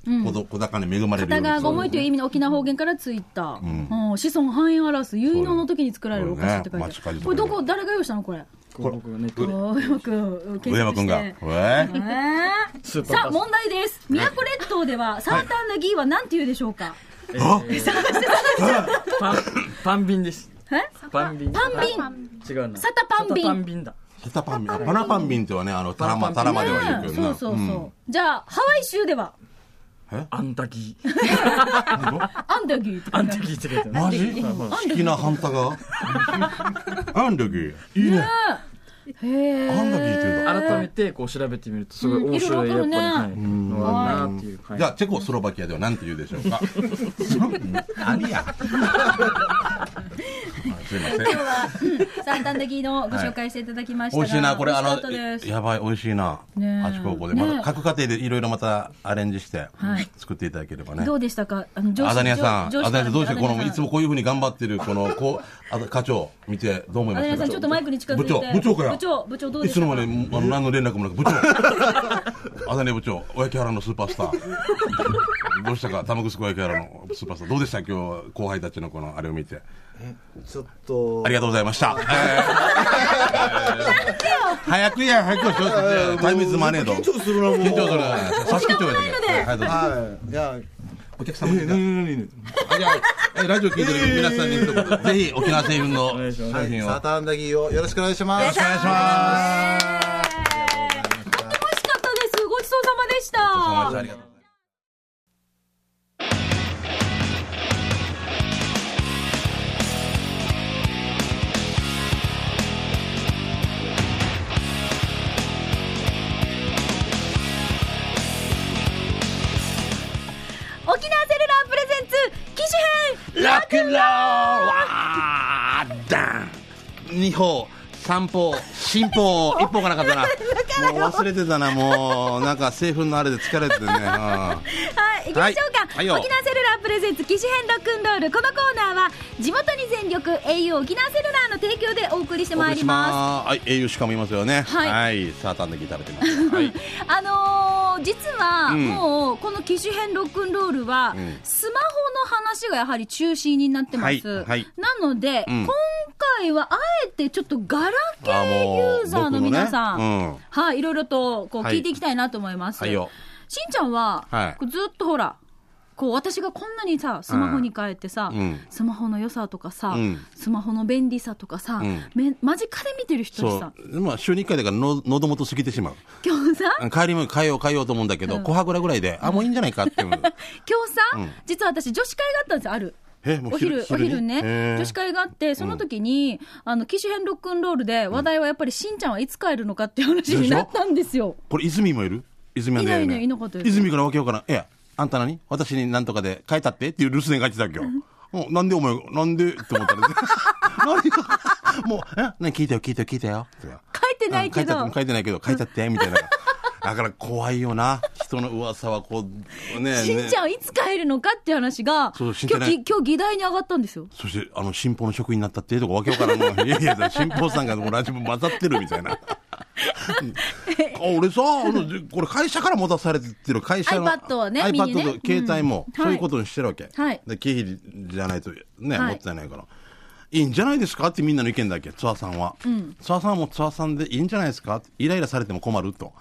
[SPEAKER 2] 小ど小高に恵まれるよう
[SPEAKER 1] 片
[SPEAKER 2] に
[SPEAKER 1] 側が重いという意味の沖縄方言からついた、
[SPEAKER 2] ん
[SPEAKER 1] うん子孫繁栄を表す結納の時に作られるお菓子って書いてあ
[SPEAKER 2] そう
[SPEAKER 1] る、
[SPEAKER 2] ね
[SPEAKER 1] これどこ誰が用意したのこれ
[SPEAKER 3] こう僕がネットで
[SPEAKER 1] およく
[SPEAKER 2] 上山くんが。
[SPEAKER 1] 検索して
[SPEAKER 2] え
[SPEAKER 1] えー
[SPEAKER 3] スーパ
[SPEAKER 1] さ
[SPEAKER 3] ー
[SPEAKER 1] あ
[SPEAKER 3] パス
[SPEAKER 1] 問題です宮古列島ではサーターアンダギーは何て言うでしょうか
[SPEAKER 2] あ
[SPEAKER 3] パンパンビンです
[SPEAKER 1] え
[SPEAKER 3] パンビン
[SPEAKER 1] パンビン
[SPEAKER 3] 違うな
[SPEAKER 1] サタパンビン
[SPEAKER 3] サタパンビンだ
[SPEAKER 2] タタパンビン。あパナパンビンってはね、あの、タラマ、タ
[SPEAKER 3] パ
[SPEAKER 2] ラ
[SPEAKER 3] ナ
[SPEAKER 2] マでは言う
[SPEAKER 1] ね
[SPEAKER 2] けど
[SPEAKER 1] そ
[SPEAKER 2] な。
[SPEAKER 1] うそうそうじゃあハワイ州では
[SPEAKER 3] アンダギー
[SPEAKER 1] アンダギーって書
[SPEAKER 3] ア
[SPEAKER 1] い
[SPEAKER 3] ン
[SPEAKER 1] てある
[SPEAKER 3] ダギーって書いてある
[SPEAKER 2] マジ好きなハンタがアンドギー。いいね。
[SPEAKER 1] へえ
[SPEAKER 2] アンドギーって言うんだ。
[SPEAKER 3] 改めてこう調べてみるとすごい面白いやっ
[SPEAKER 1] う
[SPEAKER 3] ぱ
[SPEAKER 1] ん
[SPEAKER 3] り
[SPEAKER 1] いろいろわ
[SPEAKER 3] は
[SPEAKER 1] か
[SPEAKER 3] い
[SPEAKER 1] る
[SPEAKER 3] のがあるなっていうはい
[SPEAKER 2] じゃあ、チェコスロバキアでは何て言うでしょうかありや。すいません。
[SPEAKER 1] サーターアンダギーのご紹介していただきました
[SPEAKER 2] 美
[SPEAKER 1] が
[SPEAKER 2] 味しいな、これ、あ
[SPEAKER 1] 美味しかった
[SPEAKER 2] の
[SPEAKER 1] で、す
[SPEAKER 2] やばい、美味しいな。
[SPEAKER 1] ねえ
[SPEAKER 2] 八高校で。
[SPEAKER 1] ねえ
[SPEAKER 2] また、各家庭でいろいろまたアレンジして
[SPEAKER 1] はい、
[SPEAKER 2] 作っていただければね
[SPEAKER 1] ど。うでしたかあの上司
[SPEAKER 2] アダニアさん、ア
[SPEAKER 1] 上上司
[SPEAKER 2] ダニアさんどうでし
[SPEAKER 1] ア
[SPEAKER 2] た
[SPEAKER 1] ダニア
[SPEAKER 2] こ
[SPEAKER 1] さん
[SPEAKER 2] の、いつもこういうふうに頑張ってる、この、こう、あ課長、見て、どう思い
[SPEAKER 1] ア
[SPEAKER 2] ま
[SPEAKER 1] ダニア
[SPEAKER 2] し
[SPEAKER 1] さ
[SPEAKER 2] た
[SPEAKER 1] んちょっとマイクに近づいて
[SPEAKER 2] 部長、部長かよ
[SPEAKER 1] 部長部長どうで
[SPEAKER 2] い
[SPEAKER 1] し
[SPEAKER 2] つ
[SPEAKER 1] た
[SPEAKER 2] の間に、あの、何の連絡もなく、部長。 アダニア部長、親木原のスーパースター。どうしたか、玉城親木原のスーパースター。どうでした今日、後輩たちのこの、あれを見て。
[SPEAKER 6] ちょっと
[SPEAKER 2] ありがとうございま した。えー早くや、早くしよう。タイムイズマネード。
[SPEAKER 6] 緊張するなもう
[SPEAKER 2] 緊張するな。差し口調やで。はい、どうぞ
[SPEAKER 6] はいいや
[SPEAKER 2] お客様に。あじゃあえラジオ聞いてる皆さんに一言、ぜひ沖縄製品の商
[SPEAKER 6] は
[SPEAKER 2] 品
[SPEAKER 6] い
[SPEAKER 2] を。
[SPEAKER 6] サーターアンダギーをよろしくお願いします
[SPEAKER 2] お願いします。
[SPEAKER 1] 美味しかったですごちそうさまでした
[SPEAKER 2] ありがとう
[SPEAKER 1] 沖縄セルラープレゼンツ機種編
[SPEAKER 2] ラックンロールわーダン二歩三歩進歩一歩がなかったなもう忘れてたなもうなんか 製粉のあれで疲れてね、う
[SPEAKER 1] はい行きましょうか、
[SPEAKER 2] はいはいよ
[SPEAKER 1] 沖縄セルラープレゼンツ機種編ロックンロールこのコーナーは地元に全力 au 沖縄セルラーの提供でお送りして
[SPEAKER 2] ん、
[SPEAKER 1] まいります
[SPEAKER 2] すはい栄養士かもいますよね
[SPEAKER 1] はい
[SPEAKER 2] サーターアンダギー食べてます はい
[SPEAKER 1] あのー実は
[SPEAKER 2] うん
[SPEAKER 1] もうこの機種編ロックンロールは、
[SPEAKER 2] うん
[SPEAKER 1] スマホの話がやはり中心になってます、
[SPEAKER 2] はいはい
[SPEAKER 1] なので、
[SPEAKER 2] うん
[SPEAKER 1] 今回はあえてちょっとガラケ
[SPEAKER 2] あ
[SPEAKER 1] ー
[SPEAKER 2] もう
[SPEAKER 1] ユーザーの皆さん、
[SPEAKER 2] 僕のね
[SPEAKER 1] はい、いろいろとこう
[SPEAKER 2] はい
[SPEAKER 1] 聞いていきたいなと思います、
[SPEAKER 2] はいよ
[SPEAKER 1] しんちゃんは、
[SPEAKER 2] はい
[SPEAKER 1] こうずっとほらこう私がこんなにさスマホに変えてさ、
[SPEAKER 2] うん
[SPEAKER 1] スマホの良さとかさ、
[SPEAKER 2] うん
[SPEAKER 1] スマホの便利さとかさ、
[SPEAKER 2] うん
[SPEAKER 1] め間近で見てる人に
[SPEAKER 2] そ
[SPEAKER 1] さ
[SPEAKER 2] うまあ週に一回だからの喉元過ぎてしまう
[SPEAKER 1] 今日さ
[SPEAKER 2] 帰りも変えよう変えようと思うんだけど、小はぐらぐらいで、あ、もういいんじゃない かっていう。
[SPEAKER 1] 今日さ、
[SPEAKER 2] うん
[SPEAKER 1] 実は私女子会があったんですよある
[SPEAKER 2] えもう
[SPEAKER 1] お昼お
[SPEAKER 2] に
[SPEAKER 1] 昼
[SPEAKER 2] へ
[SPEAKER 1] ね
[SPEAKER 2] ー
[SPEAKER 1] 女子会があってその時に、あの機種編ロックンロールで話題はやっぱりしんちゃんはいつ帰るのかっていう話になったんですよ
[SPEAKER 2] これ、泉もいる泉なんだよ
[SPEAKER 1] いないいないいなかったです
[SPEAKER 2] 泉からわけわからん。いや、あんた何私に何とかで変えたってっていう留守電が来てたっけよ。もうなんでお前、なんでって思ったら、 何が もう、え何聞いたよ、聞いたよ、聞いたよ。書
[SPEAKER 1] 書いてないけど、
[SPEAKER 2] 書いてないけど、書いたって、みたいな。だから怖いよな。人の噂はこう、ね
[SPEAKER 1] しんちゃん
[SPEAKER 2] ね
[SPEAKER 1] はいつ帰るのかっていう話が
[SPEAKER 2] そうしんちゃ
[SPEAKER 1] 今
[SPEAKER 2] んね
[SPEAKER 1] 日ぎ今日議題に上がったんですよ
[SPEAKER 2] そして、 あの、新報の職員になったっていうとこわけわからんもん。いやいや、新報さんがもうラジオ混ざってるみたいな。俺さ、あのでこれ会社から持たされてってる会社の
[SPEAKER 1] iPad をねミ
[SPEAKER 2] iPad
[SPEAKER 1] ニね
[SPEAKER 2] と携帯も、
[SPEAKER 1] うん
[SPEAKER 2] そういうことにしてるわけ。
[SPEAKER 1] はい
[SPEAKER 2] で経費じゃないとね、
[SPEAKER 1] はい
[SPEAKER 2] もったいないから。いいんじゃないですかってみんなの意見だっけ、ツアーさんは。ツアーさんはもうツアーさんでいいんじゃないですかってイライラされても困ると。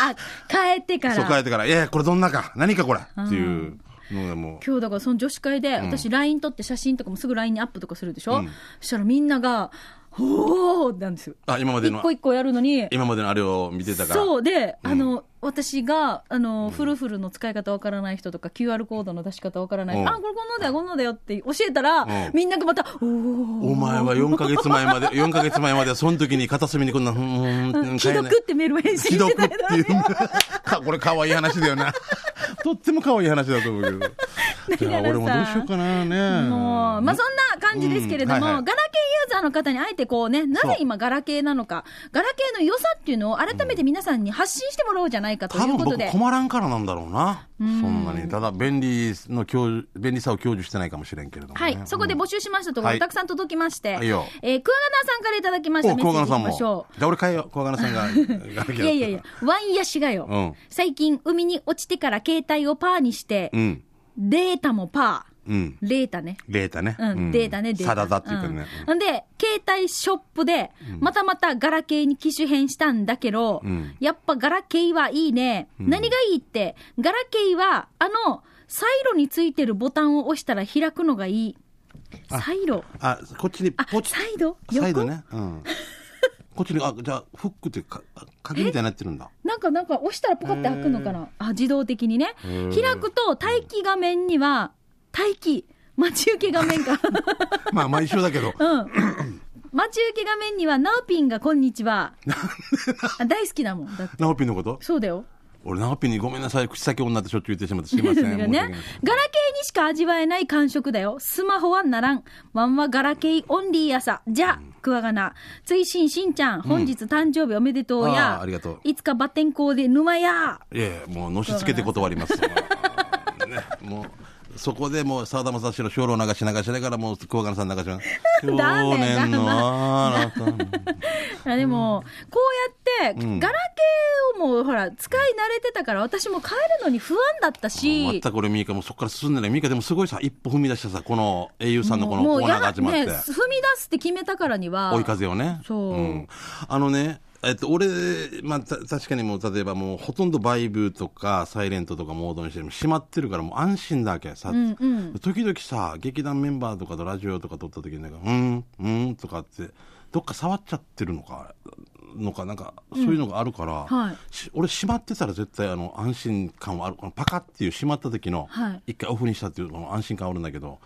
[SPEAKER 1] あ、帰ってから。
[SPEAKER 2] そう変えてから、いやいや、これどんなか、何かこれっていうのでもう。
[SPEAKER 1] 今日だからその女子会で、私 LINE 撮って写真とかもすぐ LINE にアップとかするでしょ、そしたらみんなが、おーなんですよ。
[SPEAKER 2] あ、今まで
[SPEAKER 1] 一
[SPEAKER 2] の
[SPEAKER 1] 個、一個やるのに。
[SPEAKER 2] 今までのあれを見てたから。
[SPEAKER 1] そうで、
[SPEAKER 2] うん
[SPEAKER 1] あの、私が、あの、フルフルの使い方わからない人とか、QR コードの出し方わからない人、
[SPEAKER 2] うん
[SPEAKER 1] あ、これこんなのだよ、こんなのだよって教えたら、
[SPEAKER 2] うん
[SPEAKER 1] みんながまた、おー
[SPEAKER 2] お前は4ヶ月 前まで、4ヶ月前まで、その時に片隅にこんな、ふーん、うーん、
[SPEAKER 1] 既読
[SPEAKER 2] 変えない
[SPEAKER 1] ってメールを返信
[SPEAKER 2] 既
[SPEAKER 1] して
[SPEAKER 2] 読
[SPEAKER 1] た
[SPEAKER 2] っ
[SPEAKER 1] り
[SPEAKER 2] ていう、かこれ可愛い話だ よな。とっても可愛い話だと思うけど。いや、俺もどうしようかなね。
[SPEAKER 1] もう、まあ、そんな感じですけれども、
[SPEAKER 2] うんはいはい
[SPEAKER 1] ガラケーユーザーの方にあえてこうね、なぜ今ガラケーなのか、ガラケーの良さっていうのを改めて皆さんに発信してもらおうじゃないかと
[SPEAKER 2] 多
[SPEAKER 1] いう
[SPEAKER 2] 分
[SPEAKER 1] こと
[SPEAKER 2] 僕
[SPEAKER 1] で。
[SPEAKER 2] 困らんからなんだろうな。そんなに。ただ、便利の享受、便利さを享受してないかもしれんけれどもね。
[SPEAKER 1] はい、そこで募集しましたところ、
[SPEAKER 2] はい
[SPEAKER 1] たくさん届きまして、
[SPEAKER 2] はいよ
[SPEAKER 1] えークワガナーさんからいただきました
[SPEAKER 2] お、
[SPEAKER 1] メッセ
[SPEAKER 2] 小
[SPEAKER 1] ージい
[SPEAKER 2] 金
[SPEAKER 1] き
[SPEAKER 2] さん
[SPEAKER 1] ま
[SPEAKER 2] も。
[SPEAKER 1] し
[SPEAKER 2] じ
[SPEAKER 1] ょう。
[SPEAKER 2] ゃあ俺変えよう。小金さ んが。い
[SPEAKER 1] いやいやいや。、ワインヤシがよ、
[SPEAKER 2] うん
[SPEAKER 1] 最近海に落ちてから携帯をパーにして、
[SPEAKER 2] うん。
[SPEAKER 1] データもパー。
[SPEAKER 2] うん。
[SPEAKER 1] レータね。
[SPEAKER 2] データね。
[SPEAKER 1] うん、データね、データ。
[SPEAKER 2] サラダっていうかね。
[SPEAKER 1] うんほんで、携帯ショップで、またまたガラケーに機種変したんだけど、
[SPEAKER 2] うん
[SPEAKER 1] やっぱガラケーはいいね。何がいいって、ガラケーは、あの、サイロについてるボタンを押したら開くのがいい。サイロ。
[SPEAKER 2] あ、こっちに
[SPEAKER 1] あ、
[SPEAKER 2] ポチ
[SPEAKER 1] サイド横
[SPEAKER 2] サイドね。うん。こっちに、あ、じゃあ、フックっていうか、あ鍵みたいになってるんだ。
[SPEAKER 1] なんか、なんか、押したらポカって開くのかな。あ、自動的にね。開くと、待機画面には、待機、待ち受け画 面か。
[SPEAKER 2] まあ、まあ一緒だけど。
[SPEAKER 1] 待ち受け画面には、ナオピンがこんにちは。あ大好きだもん。だって
[SPEAKER 2] ナオピンのこと
[SPEAKER 1] そうだよ。
[SPEAKER 2] 俺、ナオピンにごめんなさい、口先女ってしょっちゅう言ってしまって、すいません。
[SPEAKER 1] だ
[SPEAKER 2] 申
[SPEAKER 1] から
[SPEAKER 2] し 訳
[SPEAKER 1] ね、
[SPEAKER 2] な
[SPEAKER 1] ガ
[SPEAKER 2] い
[SPEAKER 1] ラケーにしか味わえない感触だよ。スマホはならん。ワンはガラケーオンリーやさ。じゃ、クワガナ。追伸しんちゃん、本日誕生日おめでとう
[SPEAKER 2] あ
[SPEAKER 1] や。
[SPEAKER 2] ーありがとう
[SPEAKER 1] いつかバッテン校で沼や。
[SPEAKER 2] いやいや、もう、のしつけて断ります。ね、もう、そこでもう、沢田正史の精霊流し流しながら、もう、小金さん流し ながら。去年のあなたの
[SPEAKER 1] あでも、こうやって、
[SPEAKER 2] うん
[SPEAKER 1] ガラケーをもうほら、使い慣れてたから、私も変えるのに不安だった
[SPEAKER 2] 全
[SPEAKER 1] し。
[SPEAKER 2] く俺、ミーカもうそこから進んでない。ミーカでもすごいさ、一歩踏み出したさ、この、英雄さんのこの
[SPEAKER 1] も
[SPEAKER 2] コ
[SPEAKER 1] う
[SPEAKER 2] ーナーが始まっ
[SPEAKER 1] や
[SPEAKER 2] て。
[SPEAKER 1] ね、踏み出すって決めたからには。
[SPEAKER 2] 追い風をね。
[SPEAKER 1] そう
[SPEAKER 2] うんあのね、えっと、俺、まあ、た確かにもう、例えばもう、ほとんどバイブとか、サイレントとかモードにしても閉まってるから、もう安心だわけ。さ、
[SPEAKER 1] うんうん
[SPEAKER 2] 時々さ、劇団メンバーとかとラジオとか撮った時になんか、うーん、うーんとかって、どっか触っちゃってるのか、のか、なんか、そういうのがあるから、
[SPEAKER 1] はい
[SPEAKER 2] し俺閉まってたら絶対あの安心感はあるこのパカっていう閉まった時の
[SPEAKER 1] はい
[SPEAKER 2] 一回オフにしたっていうこの安心感はあるんだけど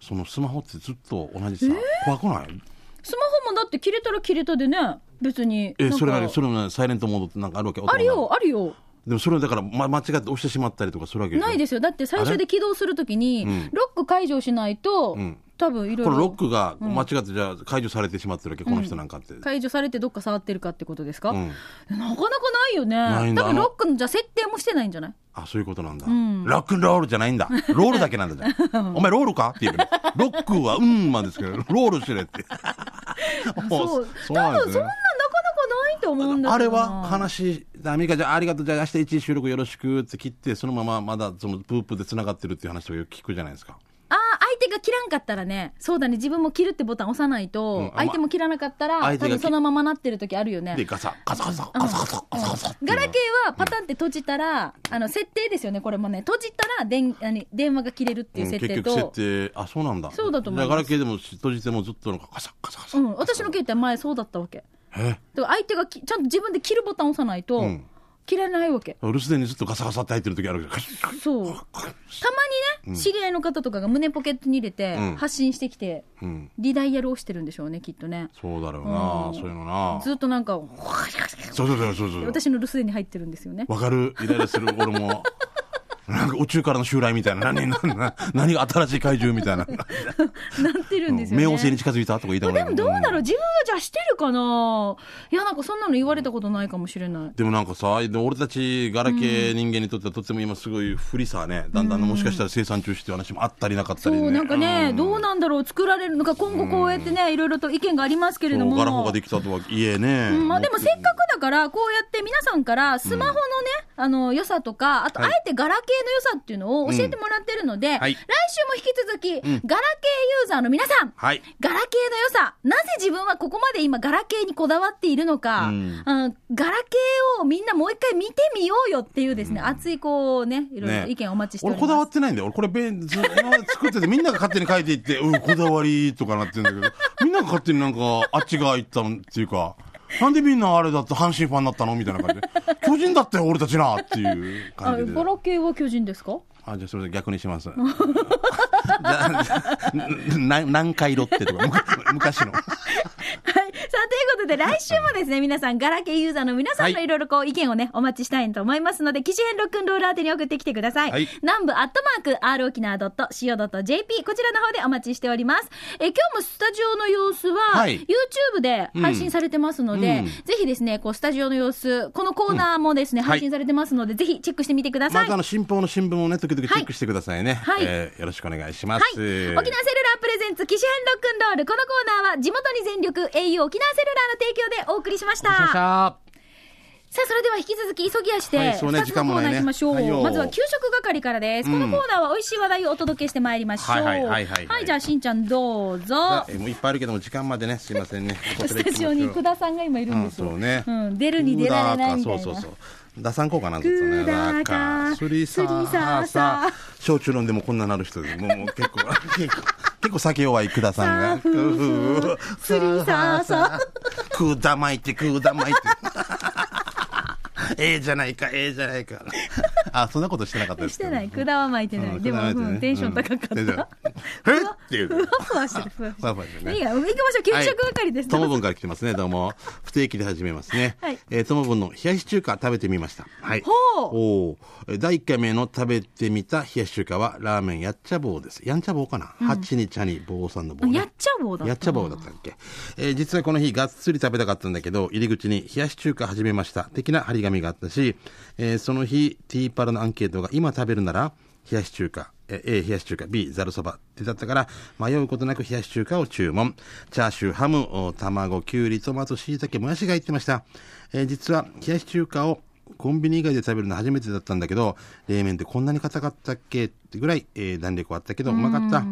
[SPEAKER 2] そのスマホってずっと同じさ、怖くない
[SPEAKER 1] スマホもだって切れたら切れたでね、別に。
[SPEAKER 2] え
[SPEAKER 1] なんか
[SPEAKER 2] それなりそれなりサイレントモードってなんかあるわけ
[SPEAKER 1] ある
[SPEAKER 2] 音が
[SPEAKER 1] よ、あるよ。
[SPEAKER 2] でもそれをだから、ま、間違って押してしまったりとかするわけでしょ
[SPEAKER 1] ないですよ。だって最初で起動するときに
[SPEAKER 2] あれうん、
[SPEAKER 1] ロック解除しないと、
[SPEAKER 2] うん
[SPEAKER 1] 多分いろい
[SPEAKER 2] このロ
[SPEAKER 1] ろ
[SPEAKER 2] ックが間違ってじゃあ解除されてしまってるわけ、この人なんかって、
[SPEAKER 1] 解除されてどっか触ってるかってことですか、
[SPEAKER 2] う
[SPEAKER 1] なんかなかないよね。
[SPEAKER 2] ないんだ
[SPEAKER 1] 多分ロックのじゃあ設定もしてないんじゃない
[SPEAKER 2] あそういうことなんだ、
[SPEAKER 1] ん
[SPEAKER 2] ロックンロールじゃないんだロールだけなんだじゃんお前ロールかっていうねロックはうんまですけどロールしてるって
[SPEAKER 1] そう。多分
[SPEAKER 2] なんです
[SPEAKER 1] そん
[SPEAKER 2] ね
[SPEAKER 1] ななかなかないと思うんだ
[SPEAKER 2] あ
[SPEAKER 1] け
[SPEAKER 2] れ
[SPEAKER 1] どな
[SPEAKER 2] は話、アメリカじゃあありがとう、じゃあ明日一収録よろしくって切って、そのまままだそのプープで繋がってるっていう話とかよく聞くじゃないですか。
[SPEAKER 1] ああ、相手が切らんかったらね、そうだね、自分も切るってボタン押さないと、
[SPEAKER 2] うんあま
[SPEAKER 1] 相手も切らなかったら、
[SPEAKER 2] 相手
[SPEAKER 1] 多
[SPEAKER 2] が
[SPEAKER 1] 分そのままなってる時あるよね
[SPEAKER 2] で、。ガサ、ガサガサ、ガサガサ、ガサガサっていうの
[SPEAKER 1] ガラケーはパタンって閉じたら、あの、設定ですよね、これもね。閉じたら、電、あの電話が切れるっていう
[SPEAKER 2] うん
[SPEAKER 1] 設定
[SPEAKER 2] 結局
[SPEAKER 1] と。
[SPEAKER 2] 設定、あ、そうなんだ。
[SPEAKER 1] そうだと思います
[SPEAKER 2] ガラケーでも閉じてもずっとなんかガサガサガサ。
[SPEAKER 1] うん、私の携帯前そうだったわけ。
[SPEAKER 2] え
[SPEAKER 1] だから相手がきちゃんと自分で切るボタン押さないと、
[SPEAKER 2] うん
[SPEAKER 1] 切れないわけ。
[SPEAKER 2] 留守電にずっとガサガサって入ってる時あるけど、ガシッガシ
[SPEAKER 1] そう。た
[SPEAKER 2] ッガシ
[SPEAKER 1] まにね、知り合いの方とかが胸ポケットに入れて
[SPEAKER 2] うん、
[SPEAKER 1] 発信してきて、
[SPEAKER 2] ッうん。
[SPEAKER 1] リダイヤルをしてるんでしょうね、きっとね。
[SPEAKER 2] そうだろうな
[SPEAKER 1] う、ん
[SPEAKER 2] そういうのな。
[SPEAKER 1] ずっとなんか、
[SPEAKER 2] そうそうそうそうそう。
[SPEAKER 1] 私の留守電に入ってるんですよね。
[SPEAKER 2] わかるイライラする、俺も。なんか宇宙からの襲来みたいな、何、何、何何が新しい怪獣みたい
[SPEAKER 1] な
[SPEAKER 2] な。
[SPEAKER 1] ってるんですよね。
[SPEAKER 2] 冥王星に近づいたとか言いたく
[SPEAKER 1] で
[SPEAKER 2] ない
[SPEAKER 1] もどうだろう自分はじゃあしてるかないやなんかそんなの言われたことないかもしれない。
[SPEAKER 2] でもなんかさ、で俺たち、ガラケー人間にとってはとっても今すごい不利さね、だんだんもしかしたら生産中止っていう話もあったりなかった
[SPEAKER 1] そ
[SPEAKER 2] りね。
[SPEAKER 1] う、なんかね、どうなんだろう、作られるのか、今後こうやってね、いろいろと意見がありますけれど
[SPEAKER 2] そう
[SPEAKER 1] も。
[SPEAKER 2] ガラホができたとはいえね。
[SPEAKER 1] うんまあでもせっかくだから、こうやって皆さんからスマホのね、あの、良さとか、あと、あえてガラケーの良さっていうのを教えてもらってるので、
[SPEAKER 2] はい
[SPEAKER 1] 来週も引き続き、ガラケーユーザーの皆さん、
[SPEAKER 2] はい。
[SPEAKER 1] ガラケーの良さ、なぜ自分はここまで今、ガラケーにこだわっているのか、
[SPEAKER 2] うん
[SPEAKER 1] あのガラケーをみんなもう一回見てみようよっていうですね、熱いこうね、いろいろ意見をお待ちしております。
[SPEAKER 2] 俺こだわってないんだよ。俺これ便、ず今作っててみんなが勝手に書いていって、 うん、こだわりとかなってんだけど、みんなが勝手になんか、あっち側行ったんっていうか、なんでみんなあれだと阪神ファンになったのみたいな感じで。 巨人だったよ、俺たちなっていう
[SPEAKER 1] あ
[SPEAKER 2] 感じで
[SPEAKER 1] ガ。ラケーは巨人ですか
[SPEAKER 2] あ、じゃあそれで逆にします。じ ゃあじゃあな何回ロッテとか、むか昔の。
[SPEAKER 1] はい。さあ、ということで、来週もですね、皆さん、ガラケーユーザーの皆さんの
[SPEAKER 2] はい
[SPEAKER 1] いろいろこう、意見をね、お待ちしたいと思いますので、機種編ロックンロール宛てに送ってきてください。
[SPEAKER 2] はい
[SPEAKER 1] 南部アットマーク、r 沖縄 .co.jp、こちらの方でお待ちしております。え、今日もスタジオの様子は、
[SPEAKER 2] はい
[SPEAKER 1] YouTube で配信されてますので、
[SPEAKER 2] うん
[SPEAKER 1] ぜひですね、こう、スタジオの様子、このコーナーもですね、
[SPEAKER 2] ん
[SPEAKER 1] 配信されてますので、ぜひチェックしてみてくださ
[SPEAKER 2] ま
[SPEAKER 1] い。
[SPEAKER 2] ずあの、新報の新聞をね、時々チェックしてくださいね。
[SPEAKER 1] はい
[SPEAKER 2] えーよろしくお願いしま
[SPEAKER 1] はい。沖
[SPEAKER 2] す。
[SPEAKER 1] 縄セルラープレゼンツ、機種編ロックンロール。このコーナーは、地元に全力、au 沖縄セルラーの提供でお送りしました。さあ、それでは引き続き急ぎ足で、
[SPEAKER 2] はい
[SPEAKER 1] 2つ
[SPEAKER 2] そう
[SPEAKER 1] の
[SPEAKER 2] ね
[SPEAKER 1] コーナー行きましょう。
[SPEAKER 2] 時間もないねはいよ
[SPEAKER 1] まずは給食係からです。このコーナーは美味しい話題をお届けしてまいりましょう。
[SPEAKER 2] はいはいはいはいはい
[SPEAKER 1] はいじゃあ、しんちゃんどうぞ。
[SPEAKER 2] えーもういっぱいあるけども、時間までね、すい ませんね。
[SPEAKER 1] スタジオに
[SPEAKER 2] ここ
[SPEAKER 1] 久
[SPEAKER 2] で
[SPEAKER 1] 田さんが今いるんですよ。
[SPEAKER 2] そうね。
[SPEAKER 1] うん出るに出られないみたいな
[SPEAKER 2] そうそうそう。出さんこうかな、ずっと
[SPEAKER 1] グ
[SPEAKER 2] ね。
[SPEAKER 1] ーダーカー
[SPEAKER 2] スリーサー
[SPEAKER 1] スリーサーサー
[SPEAKER 2] 焼酎飲んでもこんななる人で、もうもう結構、 結構、結構酒弱いくださんが。
[SPEAKER 1] サーフースリーサーサ
[SPEAKER 2] ー。くだまいて、くだまいて。ええじゃないか、ええじゃないか。あ、そんなことしてなかったです
[SPEAKER 1] し
[SPEAKER 2] け
[SPEAKER 1] て
[SPEAKER 2] ど
[SPEAKER 1] ない。久田は巻いてない。
[SPEAKER 2] うん
[SPEAKER 1] でも、
[SPEAKER 2] 砕いてね
[SPEAKER 1] うんテンション高かった。
[SPEAKER 2] うん
[SPEAKER 1] ふ
[SPEAKER 2] テンショ
[SPEAKER 1] わ
[SPEAKER 2] ンえっていう。
[SPEAKER 1] ふわしてる。ふわ
[SPEAKER 2] ふ
[SPEAKER 1] ふわ
[SPEAKER 2] わふわ
[SPEAKER 1] し
[SPEAKER 2] して
[SPEAKER 1] て
[SPEAKER 2] ね
[SPEAKER 1] る。いいや、行きましょう。給食係です。
[SPEAKER 2] ともぶんから来てますね、どうも。不定期で始めますね。
[SPEAKER 1] はい
[SPEAKER 2] えーともぶんの冷やし中華食べてみました。はい。
[SPEAKER 1] ほう
[SPEAKER 2] おーえー第1回目の食べてみた冷やし中華は、ラーメンやっちゃ棒です。やんちゃ棒かな、はちにちゃに棒さんの棒、ね。
[SPEAKER 1] やっちゃ棒だったな
[SPEAKER 2] やっちゃ棒だったっけ。えー実はこの日、がっつり食べたかったんだけど、入り口に冷やし中華始めました。的な張り紙があったし、えーその日、ティーパラのアンケートが、今食べるなら、冷やし中華、えー A、冷やし中華、B、ざるそばってだったから、迷うことなく冷やし中華を注文。チャーシュー、ハム、お卵、きゅうり、トマト、椎茸、もやしが入ってました。えー実は、冷やし中華をコンビニ以外で食べるの初めてだったんだけど、冷麺ってこんなに硬かったっけってぐらい、えー弾力はあったけど、うまかった。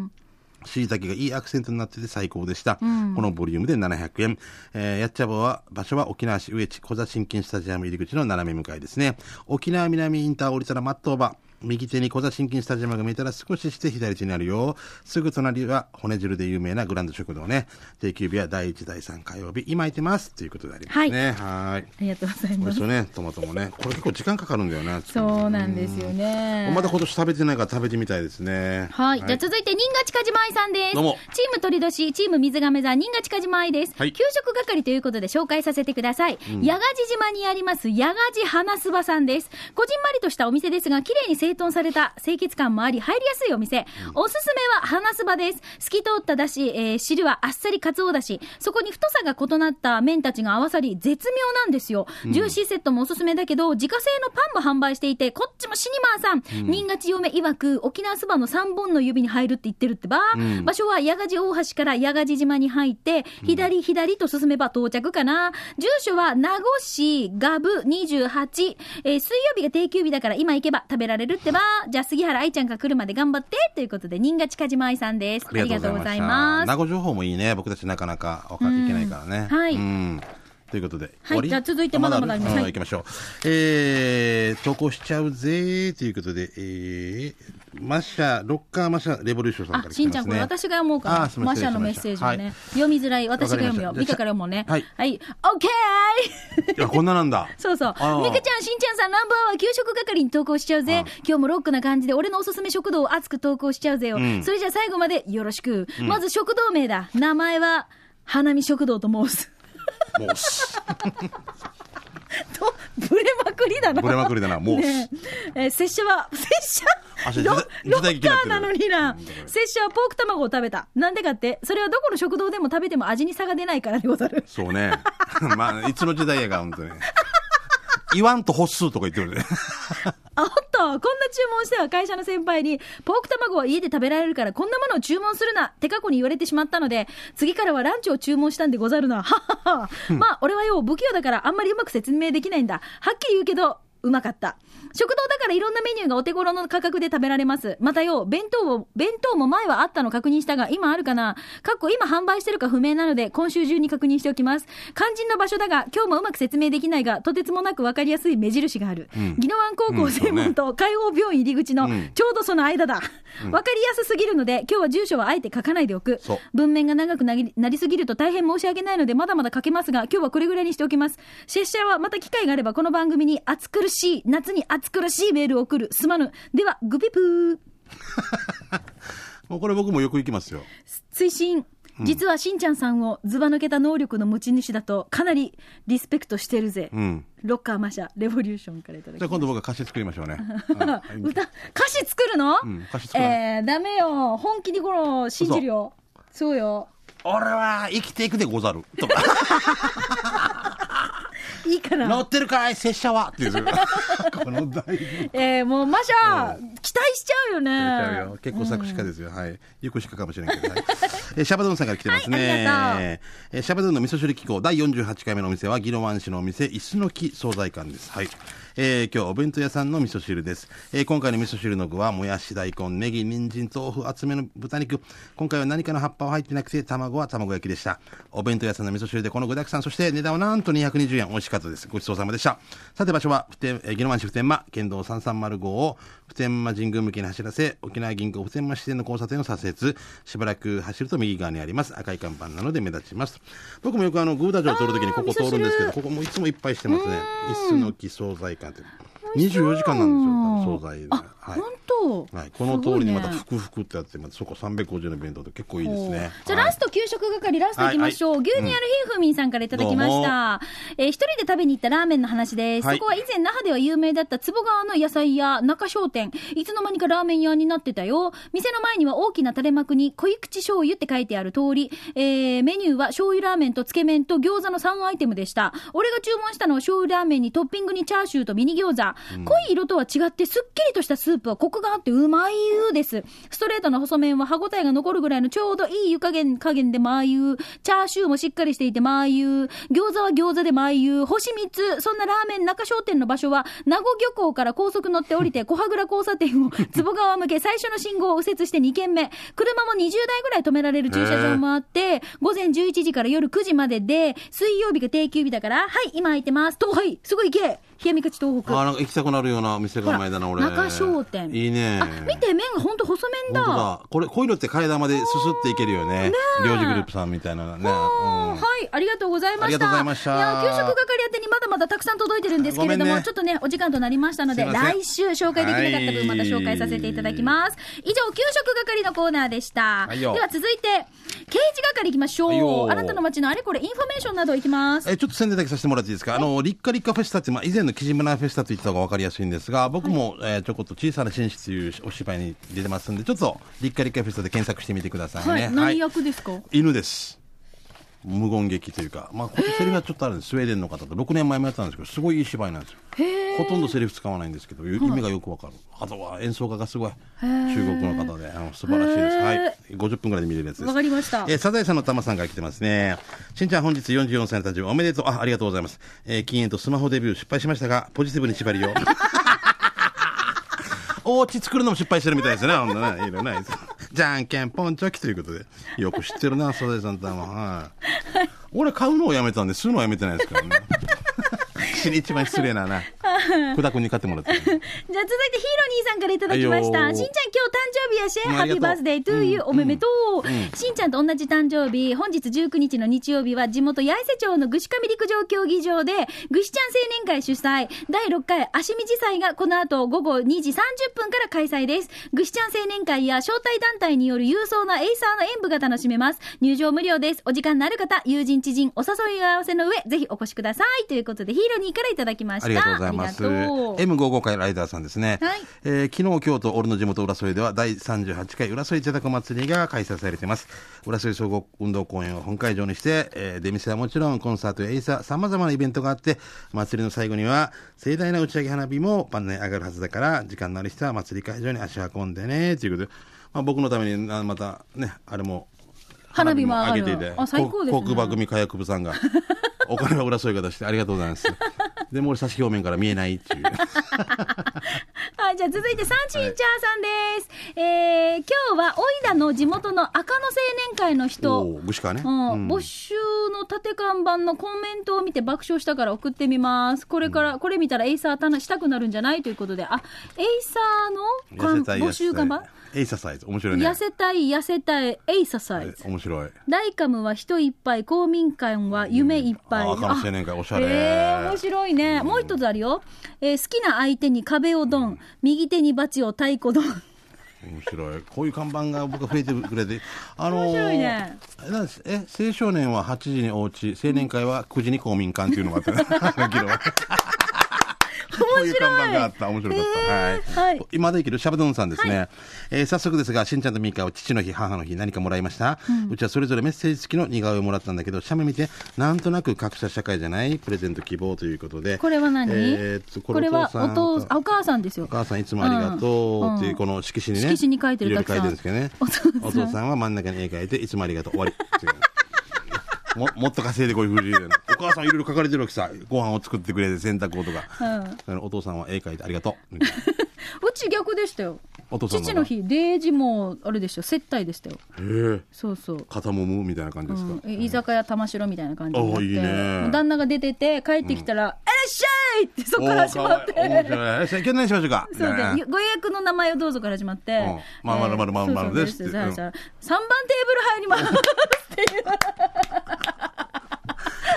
[SPEAKER 2] 椎茸がいいアクセントになってて最高でした。このボリュームで700円。えーやっちゃぼは、場所は沖縄市上地小座新金スタジアム入り口の斜め向かいですね。沖縄南インター降りたらマットオーバー。右手に小座新金スタジアムが見えたら少しして左手にあるよ。すぐ隣は骨汁で有名なグランド食堂ね。定休日は第1、第3火曜日。今空いてます。ということでありますね。はー
[SPEAKER 1] あ
[SPEAKER 2] い。
[SPEAKER 1] りがとうござい
[SPEAKER 2] 美
[SPEAKER 1] ま
[SPEAKER 2] 味し
[SPEAKER 1] す
[SPEAKER 2] そ。うね、トマトもね。これ結構時間かかるんだよね。
[SPEAKER 1] そうなんですよね。
[SPEAKER 2] まだ今年食べてないから食べてみたいですね。
[SPEAKER 1] はい。じゃあ続いて、新賀近島愛さんです。
[SPEAKER 2] どうも
[SPEAKER 1] チーム鳥年、チーム水亀座、新賀近島愛です。
[SPEAKER 2] はい
[SPEAKER 1] 給食係ということで紹介させてください。矢賀地島にあります、矢賀地花すばさんです。こじんまりとしたお店ですが、綺麗に整頓された、清潔感もあり、入りやすいお店。おすすめは花すばです。透き通っただし、えー汁はあっさりかつおだし、そこに太さが異なった麺たちが合わさり、絶妙なんですよ。ジューシーセットもおすすめだけど、自家製のパンも販売していて、こっちもシニマーさん、新勝嫁曰く、沖縄そばの3本の指に入るって言ってるってば、場所は矢賀寺大橋から矢賀寺島に入って、左左と進めば到着かな。住所は名護市ガブ28、えー水曜日が定休日だから今行けば食べられるってば、じゃあ杉原愛ちゃんが来るまで頑張って、ということで、新勝近島愛さんです。ありがとうございま
[SPEAKER 2] 名
[SPEAKER 1] す。
[SPEAKER 2] 護情報もいいね。僕たちなかなか分かっていけないからね。
[SPEAKER 1] うんはい
[SPEAKER 2] うんということで。
[SPEAKER 1] はいじゃあ続いて
[SPEAKER 2] あ
[SPEAKER 1] まだまだあり
[SPEAKER 2] る
[SPEAKER 1] ます
[SPEAKER 2] うん
[SPEAKER 1] はい
[SPEAKER 2] 行きましょう。えー、投稿しちゃうぜーということで、えー、マシャ、ロッカーマシャレボリューションさんか
[SPEAKER 1] あ、
[SPEAKER 2] ら来
[SPEAKER 1] してん
[SPEAKER 2] ますね。
[SPEAKER 1] ちゃん、これ私が読もうか
[SPEAKER 2] あ
[SPEAKER 1] な。
[SPEAKER 2] すいま
[SPEAKER 1] マ
[SPEAKER 2] せ
[SPEAKER 1] シ
[SPEAKER 2] ん
[SPEAKER 1] ャのメッセージを
[SPEAKER 2] は
[SPEAKER 1] ね
[SPEAKER 2] い。
[SPEAKER 1] 読みづらい。私が読むよ。
[SPEAKER 2] わか
[SPEAKER 1] 美
[SPEAKER 2] りました
[SPEAKER 1] 香から読もうね。
[SPEAKER 2] はい
[SPEAKER 1] はい。OK!
[SPEAKER 2] いや、こんななんだ。
[SPEAKER 1] そうそう
[SPEAKER 2] あ。ー
[SPEAKER 1] ミクちゃん、しんちゃんさん、ナンバーは給食係に投稿しちゃうぜ。今日もロックな感じで、俺のおすすめ食堂を熱く投稿しちゃうぜよ。
[SPEAKER 2] ん
[SPEAKER 1] それじゃあ最後までよろしく。まず食堂名だ。名前は、花見 食堂と申す。
[SPEAKER 2] もう、
[SPEAKER 1] と、ぶれまくりだな。
[SPEAKER 2] ブレまくりだなもう
[SPEAKER 1] ねええー拙者は、拙
[SPEAKER 2] あそ
[SPEAKER 1] 者ロロ
[SPEAKER 2] れ時代時代
[SPEAKER 1] ッ
[SPEAKER 2] 劇に
[SPEAKER 1] カ
[SPEAKER 2] な
[SPEAKER 1] ー
[SPEAKER 2] って
[SPEAKER 1] な
[SPEAKER 2] る
[SPEAKER 1] のにな。拙者はポーク卵を食べた。なんでかって、それはどこの食堂でも食べても味に差が出ないからでござる。
[SPEAKER 2] そうね。 まあ、いつの時代やが、本当に。言わんと歩数とか言ってるね。
[SPEAKER 1] あおっと、こんな注文しては会社の先輩に、ポーク卵は家で食べられるからこんなものを注文するなって過去に言われてしまったので、次からはランチを注文したんでござるな。はははは。まあ、俺はよう不器用だからあんまりうまく説明できないんだ。はっきり言うけど、うまかった。食堂だからいろんなメニューがお手頃の価格で食べられます。またよ、弁当を、弁当も前はあったの確認したが、今あるかなかっこ今販売してるか不明なので、今週中に確認しておきます。肝心の場所だが、今日もうまく説明できないが、とてつもなくわかりやすい目印がある。宜野湾高校専門と海王病院入り口の、ちょうどその間だ。わ、かりやすすぎるので、今日は住所はあえて書かないでおく
[SPEAKER 2] そう。
[SPEAKER 1] 文面が長くなりなりすぎると大変申し訳ないので、まだまだ書けますが、今日はこれぐらいにしておきます。拙者はまた機会があれば、この番組に暑苦しい、夏に暑苦しいメールを送る。すまぬ。では、グピプー。
[SPEAKER 2] もうこれ僕もよく行きますよ。
[SPEAKER 1] 推進。実はしんちゃんさんをずば抜けた能力の持ち主だとかなりリスペクトしてるぜ。
[SPEAKER 2] うん。
[SPEAKER 1] ロッカーマシャ、レボリューションからいただき
[SPEAKER 2] じゃ
[SPEAKER 1] ます。
[SPEAKER 2] あ今度僕は歌詞作りましょうね。うん
[SPEAKER 1] 歌、歌詞作るの、
[SPEAKER 2] うん歌詞作らない
[SPEAKER 1] えー、ダメよ。本気にこの、信じるよ。そうよ。
[SPEAKER 2] 俺は生きていくでござる。とか。
[SPEAKER 1] いいかな。
[SPEAKER 2] 乗ってるかい拙者は っていう。この大
[SPEAKER 1] えー、もうマシャ、期待しちゃうよね。
[SPEAKER 2] 結構作詞家ですよ。はい。ゆくしかかもしれないけど。はいえーシャバドゥンさんから来てますね。
[SPEAKER 1] はいあり
[SPEAKER 2] えーシャバドゥンの味噌汁機構第48回目のお店は、ギロワン市のお店、椅子の木惣菜館です。はい。えー今日はお弁当屋さんの味噌汁です。えー今回の味噌汁の具は、もやし、大根、ネギ、人参、豆腐、厚めの豚肉。今回は何かの葉っぱは入ってなくて、卵は卵焼きでした。お弁当屋さんの味噌汁でこの具だくさん、そして値段はなんと220円。美味しかったです。ごちそうさまでした。さて場所は、普天、えー、宜野湾市普天間、県道3305を普天間神宮向けに走らせ、沖縄銀行普天間支店の交差点を左折、しばらく走ると右側にあります。赤い看板なので目立ちます。僕もよくあの、グーダ城を通るときにここ通るんですけ
[SPEAKER 1] あ
[SPEAKER 2] ど、
[SPEAKER 1] ー
[SPEAKER 2] ここもいつもいっぱいしてますね。一寸の木惣菜館って。24時間なんですよ、多分惣菜
[SPEAKER 1] あ、
[SPEAKER 2] はい
[SPEAKER 1] 本。当、
[SPEAKER 2] はい、この通りにまた
[SPEAKER 1] すごいね
[SPEAKER 2] ふくふくってあって、またそこ350の弁当って結構いいですね。
[SPEAKER 1] じゃあ
[SPEAKER 2] はい
[SPEAKER 1] ラスト給食係、ラストいきましょう。牛乳あるひふみんさんからいただきました。えー一人で食べに行ったラーメンの話です。
[SPEAKER 2] はい
[SPEAKER 1] そこは以前那覇では有名だった坪川の野菜屋、中商店。いつの間にかラーメン屋になってたよ。店の前には大きな垂れ幕に濃い口醤油って書いてある通り、えーメニューは醤油ラーメンとつけ麺と餃子の3アイテムでした。俺が注文したのは醤油ラーメンにトッピングにチャーシューとミニ餃子。濃い色とは違ってすっきりとしたスープはコクがあってうまいうです。ストレートの細麺は歯ごたえが残るぐらいのちょうどいい湯加減加減でまあゆう。チャーシューもしっかりしていてまあゆう。餃子は餃子でまあゆう。星三つ。そんなラーメン中商店の場所は、名護漁港から高速乗って降りて小羽倉交差点を坪川向け最初の信号を右折して2軒目。車も20台ぐらい止められる駐車場もあって、午前11時から夜9時までで、水曜日が定休日だから、はい、今空いてます。と、はい、すごい行け冷み口東北。
[SPEAKER 2] あーなんか行きたくなるような店構えだな、
[SPEAKER 1] ほ
[SPEAKER 2] 俺。
[SPEAKER 1] ら中商店
[SPEAKER 2] いいね。
[SPEAKER 1] あ、見て、麺がほんと細麺だ。
[SPEAKER 2] 本当だ。これ、こういうのって階段まですすっていけるよね。領事グループさんみたいなね。
[SPEAKER 1] あー
[SPEAKER 2] うん
[SPEAKER 1] はい、ありがとうございました。
[SPEAKER 2] ありがとうございました
[SPEAKER 1] や、給食係宛てにまだまだたくさん届いてるんですけれども、
[SPEAKER 2] ごめんね
[SPEAKER 1] ちょっとね、お時間となりましたので、
[SPEAKER 2] すいません
[SPEAKER 1] 来週紹介できなかった分、また紹介させていただきます。以上、給食係のコーナーでした。
[SPEAKER 2] はい
[SPEAKER 1] で
[SPEAKER 2] よ
[SPEAKER 1] は続いて、刑事係いきまし
[SPEAKER 2] はい
[SPEAKER 1] ょう。
[SPEAKER 2] よ
[SPEAKER 1] あなたの街のあれこれ、インフォメーションなどいきます。
[SPEAKER 2] えちょっと宣伝だけさせてもらっていいですか、あの、立夏立夏フェスタって、まあ、以前の木島フェスタと言ってた方が分かりやすいんですが、僕も、えーちょこっと小さな紳士というお芝居に出てますんで、ちょっと立夏立夏フェスタで検索してみてください
[SPEAKER 1] は
[SPEAKER 2] ね。
[SPEAKER 1] い、何役ですか
[SPEAKER 2] 犬です無言劇というか、まあ、こセリフがちょっとあるんですスウェーデンの方と6年前もやったんですけどすごいいい芝居なんですよほとんどセリフ使わないんですけどゆ意味がよくわかるあとは演奏家がすごい中国の方であの素晴らしいです、
[SPEAKER 1] へー
[SPEAKER 2] はい、50分ぐらいで見れるやつです
[SPEAKER 1] わかりました
[SPEAKER 2] えーサザエさんのタマさんが来てますねしんちゃん本日44歳の誕生日おめでとうあありがとうございます、えー禁煙とスマホデビュー失敗しましたがポジティブに縛りをお家作るのも失敗してるみたいですね。ほんとね。いろいろないです。じゃんけんぽんチョキということで。よく知ってるな、サザエさんとはもう。はい。俺買うのをやめたんで、吸うのはやめてないですからね。 死に一番失礼 なな。福田君に買ってもらって。
[SPEAKER 1] じゃあ続いてヒーロー兄さんからいただきました。
[SPEAKER 2] はいよー
[SPEAKER 1] しんちゃん今日誕生日やし、
[SPEAKER 2] うん
[SPEAKER 1] ハ
[SPEAKER 2] あ
[SPEAKER 1] ッ
[SPEAKER 2] り
[SPEAKER 1] ピー
[SPEAKER 2] がとう
[SPEAKER 1] バースデートゥーユーおめめとう。しんちゃんと同じ誕生日、本日19日の日曜日は地元八重瀬町のぐし上陸上競技場で、ぐしちゃん青年会主催、第6回足短祭がこの後午後2時30分から開催です。ぐしちゃん青年会や招待団体による郵送なエイサーの演舞が楽しめます。入場無料です。お時間のある方、友人知人、お誘い合わせの上、ぜひお越しください。ということで、ヒーロー兄からいただきました。
[SPEAKER 2] ありがとうございますます。
[SPEAKER 1] ありがとう
[SPEAKER 2] M55 回ライダーさんですね。
[SPEAKER 1] はい
[SPEAKER 2] えー昨日、今日と俺の地元浦添では第38回浦添茶宅祭りが開催されています。浦添総合運動公園を本会場にして、えー出店はもちろんコンサートやエイサー、様々なイベントがあって、祭りの最後には盛大な打ち上げ花火も晩年上がるはずだから、時間のある人は祭り会場に足を運んでね、ということで、まあ、僕のためになまたね、あれも
[SPEAKER 1] 花火も上がる
[SPEAKER 2] 花火も上げていて
[SPEAKER 1] あ最高ですね
[SPEAKER 2] こ航空番組火薬 部さんがお金は裏添いが出してありがとうございますでも俺差し表面から見えないっていう
[SPEAKER 1] はい、じゃあ続いてサンチンチャーさんです。えー、今日は、おいだの地元の赤の青年会の人、
[SPEAKER 2] おおぐしかね、
[SPEAKER 1] うん
[SPEAKER 2] うん
[SPEAKER 1] 募集の縦看板のコメントを見て爆笑したから送ってみます。これから、これ見たらエイサーたなしたくなるんじゃないということで、あ、エイサーの看
[SPEAKER 2] 痩せたい
[SPEAKER 1] 募集看板
[SPEAKER 2] エイササイズ面白いね
[SPEAKER 1] 痩せたい、痩せたい、エイササイズ。
[SPEAKER 2] 面白い
[SPEAKER 1] ダイカムは人いっぱい、公民館は夢いっぱい。
[SPEAKER 2] あ赤の青年会おしゃれ
[SPEAKER 1] えー面白いね。もう一つあるよ。えー好きな相手に壁をドン、右手にバチを太鼓ドン。
[SPEAKER 2] 面白いこういう看板が僕は増えてくれてあのー
[SPEAKER 1] 面白いね
[SPEAKER 2] えなんですえ青少年は8時にお家青年会は9時に公民館っていうのがあっ たね議論こういう看板があった面白かった、
[SPEAKER 1] は
[SPEAKER 2] はいい今できるシャバドゥンさんですね、えー早速ですがしんちゃんとみーかは父の日母の日何かもらいました、うちはそれぞれメッセージ付きの似顔絵をもらったんだけど写メ見てなんとなく格差社会じゃないプレゼント希望ということで
[SPEAKER 1] これは何、
[SPEAKER 2] えーっと
[SPEAKER 1] これはお父
[SPEAKER 2] さん
[SPEAKER 1] あお母さんですよ
[SPEAKER 2] お。母さんいつもありがとうっていううんこの色紙にね、
[SPEAKER 1] 色紙に書いてる
[SPEAKER 2] 色
[SPEAKER 1] た
[SPEAKER 2] 々
[SPEAKER 1] くさん
[SPEAKER 2] 書いてるんですけどね
[SPEAKER 1] お父さん
[SPEAKER 2] お父さんは真ん中に絵描いていつもありがと う終わりっていうももっと稼いでこういうふうに言うよねお母さんいろいろ書かれてるわけさご飯を作ってくれて洗濯をとか、お父さんは絵描いてありがとうみたいな
[SPEAKER 1] うち逆でしたよ。
[SPEAKER 2] お父さんの
[SPEAKER 1] 父の日、デージもあれでしたよ、接待でしたよ。
[SPEAKER 2] へえ
[SPEAKER 1] そうそう。
[SPEAKER 2] 肩もむみたいな感じですか、
[SPEAKER 1] うん居酒屋玉城みたいな感じになって
[SPEAKER 2] あいいね
[SPEAKER 1] もう旦那が出てて帰ってきたら「いらっしゃい!」ってそこから始まって
[SPEAKER 2] おーかわいい面白い。じゃあ、去年しましょうか。
[SPEAKER 1] そうで
[SPEAKER 2] ね
[SPEAKER 1] ご予約の名前をどうぞから始まって
[SPEAKER 2] うんまあ
[SPEAKER 1] えー
[SPEAKER 2] まるまるまるまるです
[SPEAKER 1] そうそうじ
[SPEAKER 2] っ
[SPEAKER 1] ゃあ
[SPEAKER 2] て
[SPEAKER 1] じゃあ3番テーブル入ります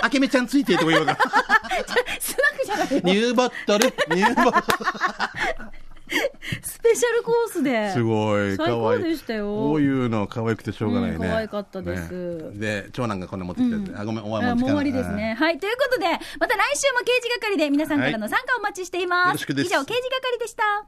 [SPEAKER 2] あけめちゃんついてとか言 うわけ
[SPEAKER 1] スナックじゃない
[SPEAKER 2] ニューバットル、ニュー バット
[SPEAKER 1] スペシャルコースで
[SPEAKER 2] ル。すごい、
[SPEAKER 1] 最
[SPEAKER 2] かわ
[SPEAKER 1] 高
[SPEAKER 2] いい。
[SPEAKER 1] でしたよ
[SPEAKER 2] こういうの可愛くてしょうがないね。
[SPEAKER 1] うん可愛かったです
[SPEAKER 2] ねで、長男がこんな持ってきて、あ、ごめん、おわ
[SPEAKER 1] あ
[SPEAKER 2] も
[SPEAKER 1] もう終わ
[SPEAKER 2] う
[SPEAKER 1] り
[SPEAKER 2] 時間
[SPEAKER 1] ですね。。はい。ということで、また来週も刑事係で皆さんからの参加お待ちしています。
[SPEAKER 2] はいよろしくです
[SPEAKER 1] 以上、刑事係でした。